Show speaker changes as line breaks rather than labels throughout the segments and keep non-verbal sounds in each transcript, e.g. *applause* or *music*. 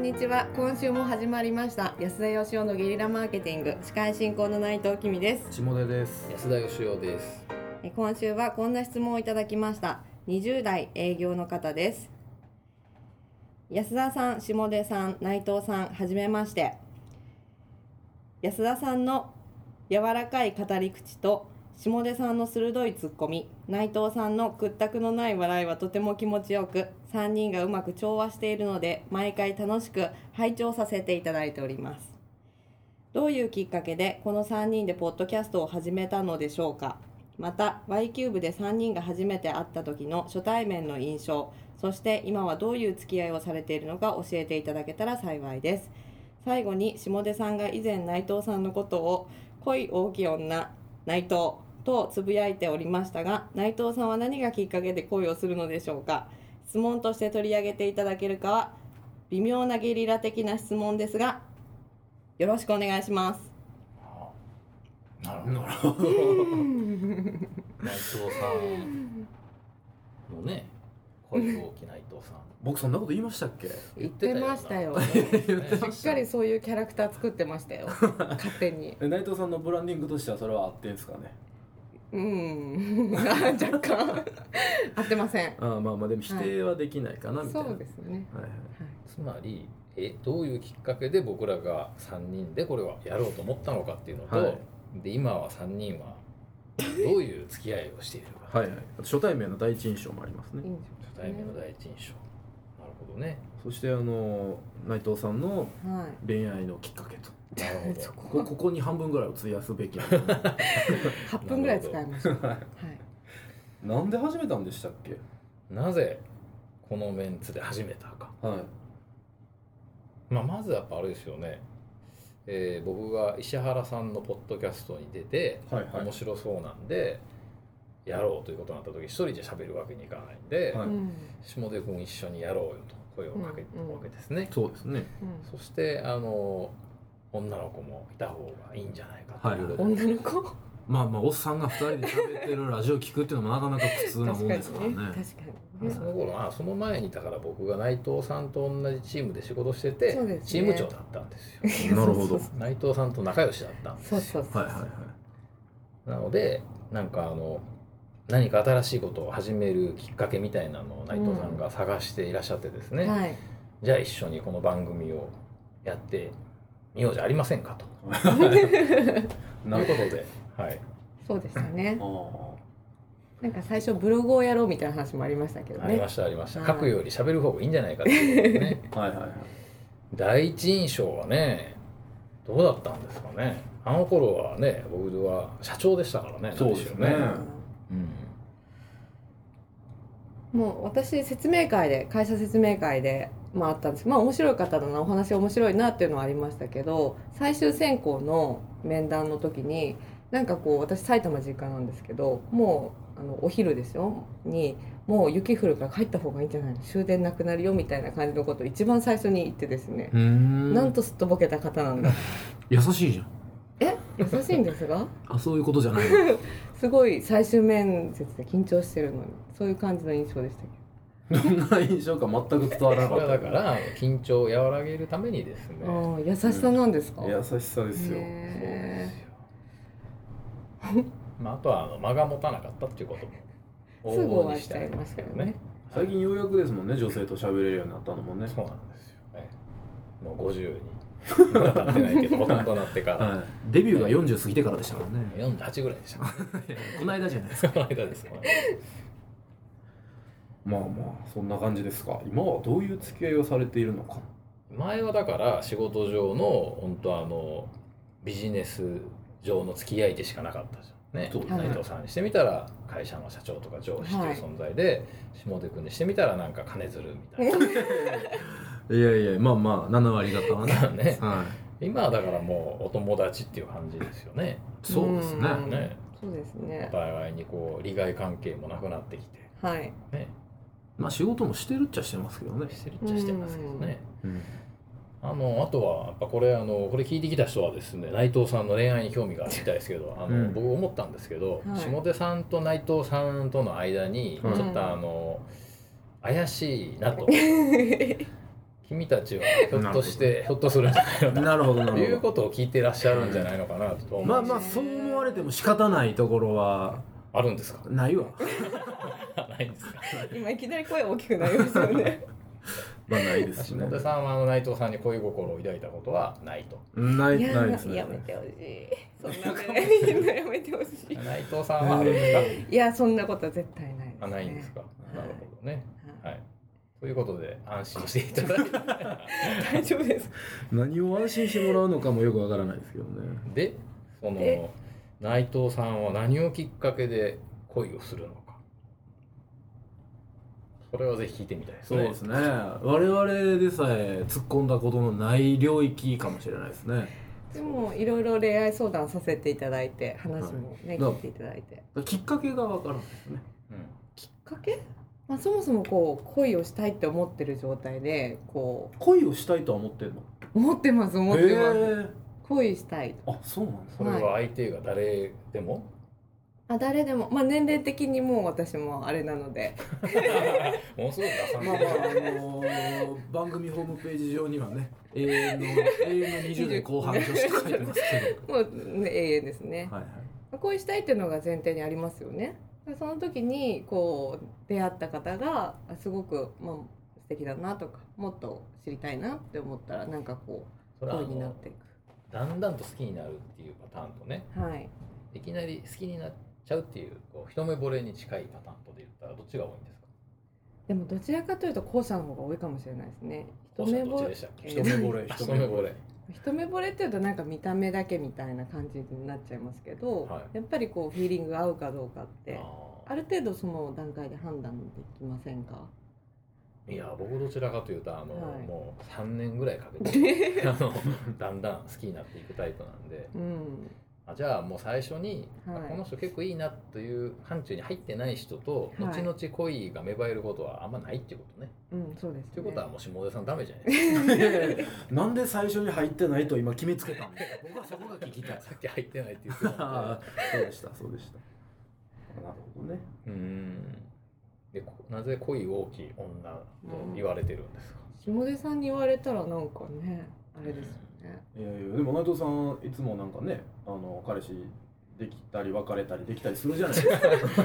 にちは今週も始まりました安田義雄のゲリラマーケティング司会進行の内藤君です
下出です
安田義雄です。
え今週はこんな質問をいただきました20代営業の方です安田さん下出さん内藤さんはじめまして安田さんの柔らかい語り口と下出さんの鋭いツッコミ内藤さんの屈託のない笑いはとても気持ちよく3人がうまく調和しているので毎回楽しく拝聴させていただいておりますどういうきっかけでこの3人でポッドキャストを始めたのでしょうかまた Y キューブで3人が初めて会った時の初対面の印象そして今はどういう付き合いをされているのか教えていただけたら幸いです最後に下出さんが以前内藤さんのことを「恋大きい女内藤」とつぶやいておりましたが内藤さんは何がきっかけで恋をするのでしょうか質問として取り上げていただけるかは微妙なゲリラ的な質問ですがよろしくお願いします
なるほど。
なるほど
内藤さんのね、声大きな内藤さん。
僕そんなこと言いましたっけ
言ってましたよ
*laughs* 言
*laughs*
って
しっかりそういうキャラクター作ってました
*laughs*
よ勝手に
え内藤さんのブランディングとしてはそれは合ってんすかね
うん *laughs* 若干合ってません
ああまあまあでも否定はできないかなみたいな、
そうですね
はいはい
つまり、え、どういうきっかけで僕らが三人でこれはやろうと思ったのかっていうのと、
はい
で今は三人はどういう付き合いをしているのか。
はいはい、初対面の第一印象もあります
いい
ね
んじ
初対面の第一印象。なるほどね。
そしてあの内藤さんの
ゃないは
恋愛のきっかけと
なるほ
い *laughs* そ
ど。
こ
こ
ここに半分ぐらいを費やすべきなのか
8分ぐらい使いました、はい、
な *laughs* なんで始めたんでしたっけ
なぜこのメンツで始めたか。
はい
まあ、まずやっぱあれですよね、えー僕が石原さんのポッドキャストに出て、
はいはい
面白そうなんでやろうということになった時一人じゃ喋るわけにいかないんで、
はい
うん
下出君一緒にやろうよと声をかけたわけですね、
そうですね
そしてあの女の子もいた方がいいんじゃないかというこ
う
と
ん
で、
女の子
まあまあおっさんが2人で喋ってるラジオ聞くっていうのもなかなか苦痛なも
確
ん
かにね
ですからね
確かに
で
ね
その頃あその前にだから僕が内藤さんと同じチームで仕事してて、
そうですね
チーム長だったんです
*laughs*
よ *laughs*
なるほど
内藤さんと仲良しだったんです
そうそうそう
はいはいはい
なのでなんかあの何か新しいことを始めるきっかけみたいなのを内藤さんが探していらっしゃってですね、
はい
じゃあ一緒にこの番組をやってみようじゃありませんかと
な
いうことで、はい、
そうでしたね
ほ
なんか最初ブログをやろうみたいな話もありましたけど
あり
ね
ましたありました、
はい
書くより喋る方がいいんじゃないかっていうことでね
どはいはいはい
第一印象はねどうだったんですかねあの頃はね僕は社長でしたからね
そうですよね
何しろうん
もう私説明会で会社説明会で、まあ、あったんですまあ面白い方だなお話面白いなっていうのはありましたけど最終選考の面談の時になんかこう私埼玉実家なんですけどもうあのお昼ですよにもう雪降るから帰った方がいいんじゃないの終電なくなるよみたいな感じのことを一番最初に言ってですね、
うーん
なんとすっとぼけた方なんだ
優しいじゃん
え優しいんですが
あそういうことじゃ *laughs* ない
すごい最終面接で緊張してるのにそういう感じの印象でしたけど。
どんな印象か全く伝わらな
それ
か
は
っ
だ
た
から緊張を和らげるためにですね、
ああ優しさなんですか、
優しさですよ
そう
へ
ですよ。まあ、あとはあの間が持たなかったっていうことも
すぐ
往々
終わ
に
っ
し
ち
てあ
ゃい
り
ま
ますす
け
け
ど
ど
ね
ね。
最近ようやくですもんね女性と喋れるようになったのもね
そうなんですよね。もう50にまだなってないけど、ほとんどなってから
はい、デビューが40過ぎてからでしたもんね *laughs*
48ぐらいでした。
この間じゃないですか
その間ですもんね。
まあまあそんな感じですか今はどういう付き合いをされているのか
*laughs* 前はだから仕事上の本当あのビジネス上の付き合いでしかなかったじゃん。ね、
そうです
ね
内藤さんにしてみたら会社の社長とか上司という存在で、下出君にしてみたらなんか金づるみたい
いやいやまあまあ7割方は *laughs*
な *laughs* ね。
は
今はだからもうお友達っていう感じですよね。
いそうですね
うん
ね
そうです
お
ね。
互いにこう利害関係もなくなってきて
はい。
ね
まあ仕事もしてるっちゃしてますけどね、
してるっちゃしてますけどね。
うん、
あのあとはやっぱこれあのこれ聞いてきた人はですね内藤さんの恋愛に興味があるみたいですけどあの、
うん
僕思ったんですけど、
はい
下手さんと内藤さんとの間にち
はい
*laughs*
ょっとあの、怪しいなと君たちはひょっとしてひょっとするんじゃないのか
*laughs* なるほどな
とい
る
う
ほ
ことを聞いてらっしゃるんじゃないのかなと
ど
思う、
まあまあそう思われても仕方ないところは
あるんですか
ないわ
ないんですか
今いきなり声大きくなりますよね
まあないです
下手さんはあの内藤さんに恋心を抱いたことはないと
ない
いや
ないですね
やめてほしいそんなことやめてほし
*laughs*
い
内藤さんはあるんです
いやそんなことは絶対ないです、ね、
かあないんですかなるほどね
は
はいいということで安心していただいて
大丈夫です
何を安心してもらうのかもよくわからないですけどね
でそ
で
の内藤さんは何をきっかけで恋をするのかそれをぜひ聞いてみたいです
そう
ね
ですね我々でさえ突っ込んだことのない領域かもしれないですね
でもいろいろ恋愛相談させていただいて話もね、
どう
聞いていただいて
きっかけがわからないですね
うん
きっかけ、まあ、そもそもこう恋をしたいって思ってる状態でこ
恋をしたいとは思ってんの
う思ってます思ってます恋したい
あそうなんです
それは相手が誰でも、
あ誰でも、まあ、年齢的にもう私もあれなので
ものすごくダサ
まあ
め
まあ
な
あのー番組ホームページ上にはね永遠の永遠の20代後半女子と書いてます
*laughs*
け
もう、ね、永遠ですね
ど、はいはい
恋したいっていうのが前提にありますよねその時にこう出会った方があすごく、まあ、素敵だなとかもっと知りたいなって思ったらなんかこ
そうれはあ
恋になっ
の
てい
だんだんと好きになるっていうパターンとね
くはい
いきなり好きになっちゃうっていうこう一目惚れに近いパターンとで言ったらどっちが多いんですか
でもどちらかというと後者の方が多いかもしれないですね一
後者
目
どっ
惚
ちで
れ
したっけ
一目惚れ
一目惚れ
一目惚れっていうとなんか見た目だけみたいな感じになっちゃいますけど、
はい
やっぱりこうフィーリングが合うかどうかって
あ
ある程度その段階で判断できません
*laughs*
か
ーいや僕どちらかというとあの、
はい
もう3年ぐらいかけてあのだんだん好きになっていくタイプなんで
うん
あじゃあもう最初に、
はい
あこの人結構いいなという範疇に入ってない人と、
はい
後々恋が芽生えることはあんまないっていうことね。
うんそうですね
ということはもう下出さんダメじゃない
*laughs*
ですか。
*laughs* なんで最初に入ってないと今決めつけ
*laughs*
たの僕はそこが聞き *laughs* たい
さっき入ってないって言ってたので
あーそうでしたそうでしたなるほどね
*laughs*
うーんでこなぜ恋多き女と言われてるんですか、
下出さんに言われたらなんかねあれですよね
いやいやでも内藤さんいつもなんかねあの彼氏できたり別れたりできたりするじゃないです *laughs* か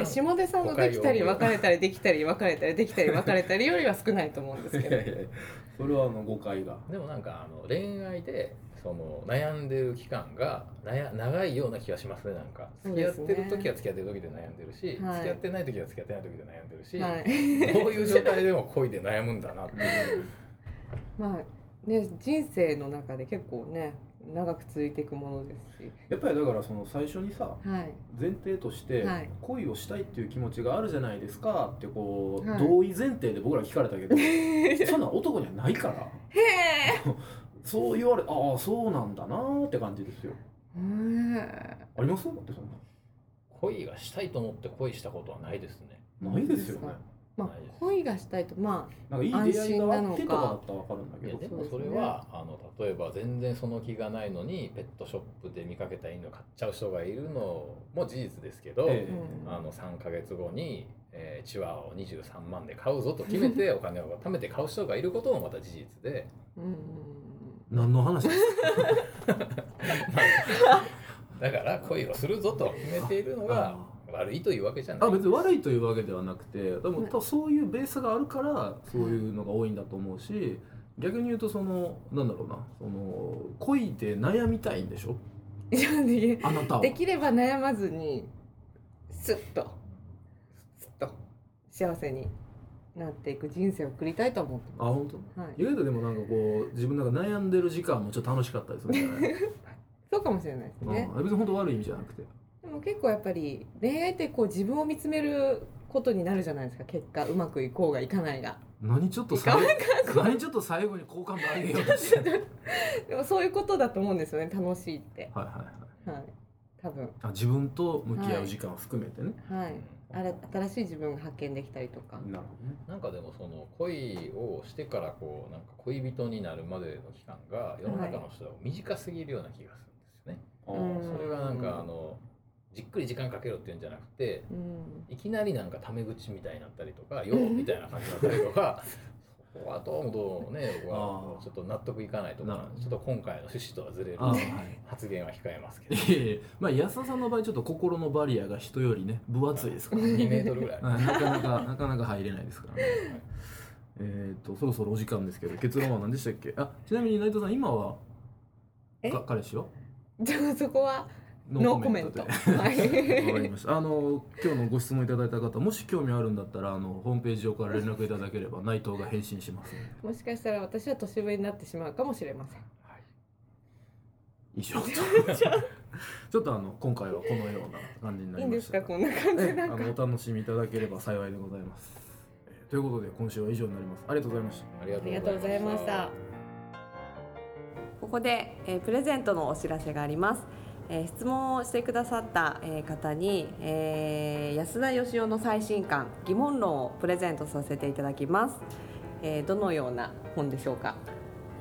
*laughs* え下出さんのできたり別れたりできたり別れたりできたり別れたりよりは少ないと思うんです
い
けど
やいや *laughs* それはあの誤解が
でもなんかあの恋愛でその悩んでる期間がなや長いような気がしますねなんか
そう
付
で
き合っ
すね
てる時は付き合ってる時で悩んでるし、
はい
付き合ってない時は付き合ってない時で悩んでる
*laughs*
し、
はい *laughs*
こういう状態でも恋で悩むんだなっていう
まあね人生の中で結構ね長く続いていくものですし
やっぱりだからその最初にさ
はい *laughs*
前提として
はい
恋をしたいっていう気持ちがあるじゃないですかってこう、
はい
同意前提で僕ら聞かれた
*laughs*
けどそんなん男にはないから
へえ
そう言われああそうなんだなーって感じですよありますだってそん
恋がしたいと思って恋したことはないですね
なないですよね
まあ恋がしたいとま
なんかいい出会いがあってとかだったらわかるんだ
い
け
や
ど
で
そ
も
うです
そ
ね
れは、あの例えば全然その気がないのにペットショップで見かけた犬を買っちゃう人がいるのも事実ですけど、
え
え
あの3ヶ月後に、えーチワワを23万で買うぞと決めてお金を貯めて買う人がいることもまた事実で、
あうん
何の話ですか
だから恋をするぞと決めているの *laughs* が悪いというわけじゃない
あ別に悪いというわけではなくてでも多分そういうベースがあるからそういうのが多いんだと思うし逆に言うとそのなんだろうなその恋で悩みたいんでしょ
うん *laughs* じゃあね
あなたは
できれば悩まずにスッとスッと幸せになっていく人生を送りたいと思って
あ本当
ます、はい、
意外とでもなんかこう自分なんか悩んでる時間もちょっと楽しかったりするんじゃない、
そうかもしれないですね、
うん、別に本当悪い意味じゃなくて
でも結構やっぱり恋愛ってこう自分を見つめることになるじゃないですか結果うまくいこうがいかないが
何ちょっと最後何ちょっと最後に好感度上げよう
*laughs*
としてる
でもそういうことだと思うんですよね楽しいって
はいはいはい
はい多分
あ自分と向き合う時間を含めてね、
はい
うん
あれ新しい自分が発見できたりとか
なるほどね
なんかでもその恋をしてからこうなんか恋人になるまでの期間が世の中の人は短すぎるような気がするんですよね。
あ
うん
それはなんかあのじっくり時間かけろっていうんじゃなくて
うん *laughs*
いきなりなんかタメ口みたいになったりとか「よう」みたいな感じになったりとかここはどうもどうもね、僕
あー
はちょっと納得いかないところなんで、ちょっと今回の趣旨とはずれる
ああはい
発言は控えますけ
い *laughs*
ど、
えいえまあ安田さんの場合ちょっと心のバリアが人よりね分厚いですからね
2メートルぐらいありま
はいなかなかなかなか入れないですからねえっとそろそろお時間ですけど結論は何でしたっけあちなみに内藤さん今は
え
か彼氏は
じゃあそこはノーコメント。
で
は *laughs*
わかり
い。
ました。あの今日のご質問いただいた方、もし興味あるんだったらあのホームページ上から連絡いただければ内藤が返信しますので。
もしかしたら私は年上になってしまうかもしれません。
以上。 *laughs* ちょっとあの今回はこのような感じにない
い
り
んで
ますした
かこ
が。
んな感じ
え
で
え
な
あ
んか。
のお楽しみいただければ幸いでございます。えーということで今週は以上になります。ありがとうございました。
ありがとうございました。ここで、えープレゼントのお知らせがあります。えー質問をしてくださった、えー方に、えー安田義雄の最新刊疑問論をプレゼントさせていただきます。えーどのような本でしょうか。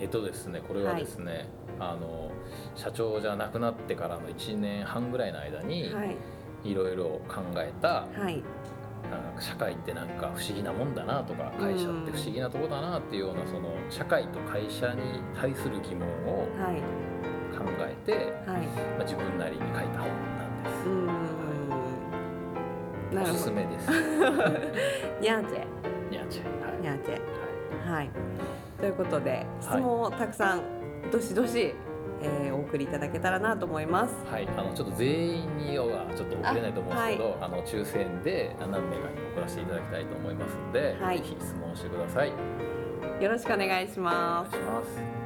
えっとですね、これはですね、あの社長じゃなくなってからの1年半ぐらいの間に
はい
いろいろ考えた、
はい
なんか社会ってなんか不思議なもんだなとか会社って不思議なとこだなっていうようなその社会と会社に対する疑問を
はい
考えて、
はい。
まあ、自分なりに書いた本なん
うー
で
ん。なる
す。おす
ほ
す
ど。
め
*laughs*
です。
ニャーチェ
にゃんちゃんはい
ニャーチェ。は
はい
い。ということで質問をたくさん、どしどし、えーお送りいただけたらなと思います。
はい、あのちょっと全員にはちょっと送れないと思うんですけど、あ,、の抽選で何名かに送らせていただきたいと思いますので、
はい
ぜひ質問してください。お願
よろしくお願いします
い。します。